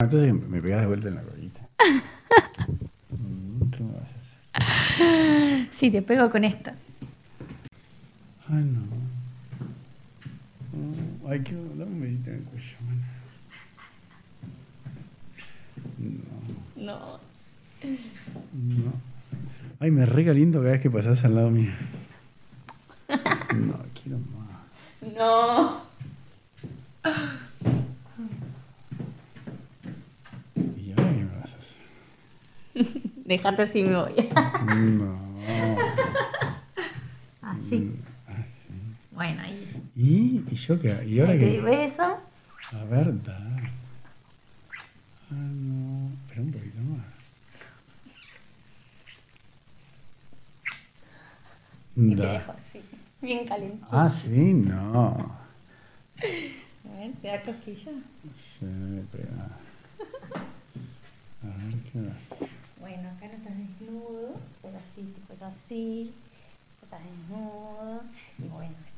Antes de que me pegas de vuelta en la colita. Mm, ¿qué me vas a hacer? Sí, te pego con esta. Ay, Ah, no. Mm, Ay, qué dolor me hiciste en el cuello, mano. No. No. Ay, me recaliento cada vez que pasás al lado mío. No, quiero más. No. ¿Y ahora qué me vas a hacer? Dejate así me voy. No. Así. Así. Ah, Bueno, ahí. ¿Y? ¿Y yo qué? ¿Y ahora Ahí te qué? beso. La verdad. Ah, no. Espera un poquito más. Y te dejo Da. así. Bien caliente. Ah, sí, no. A ver, ¿te da cosquilla? Se me pega. A ver qué va. Bueno, acá no estás desnudo, pero así, tipo así. Estás desnudo. Y bueno,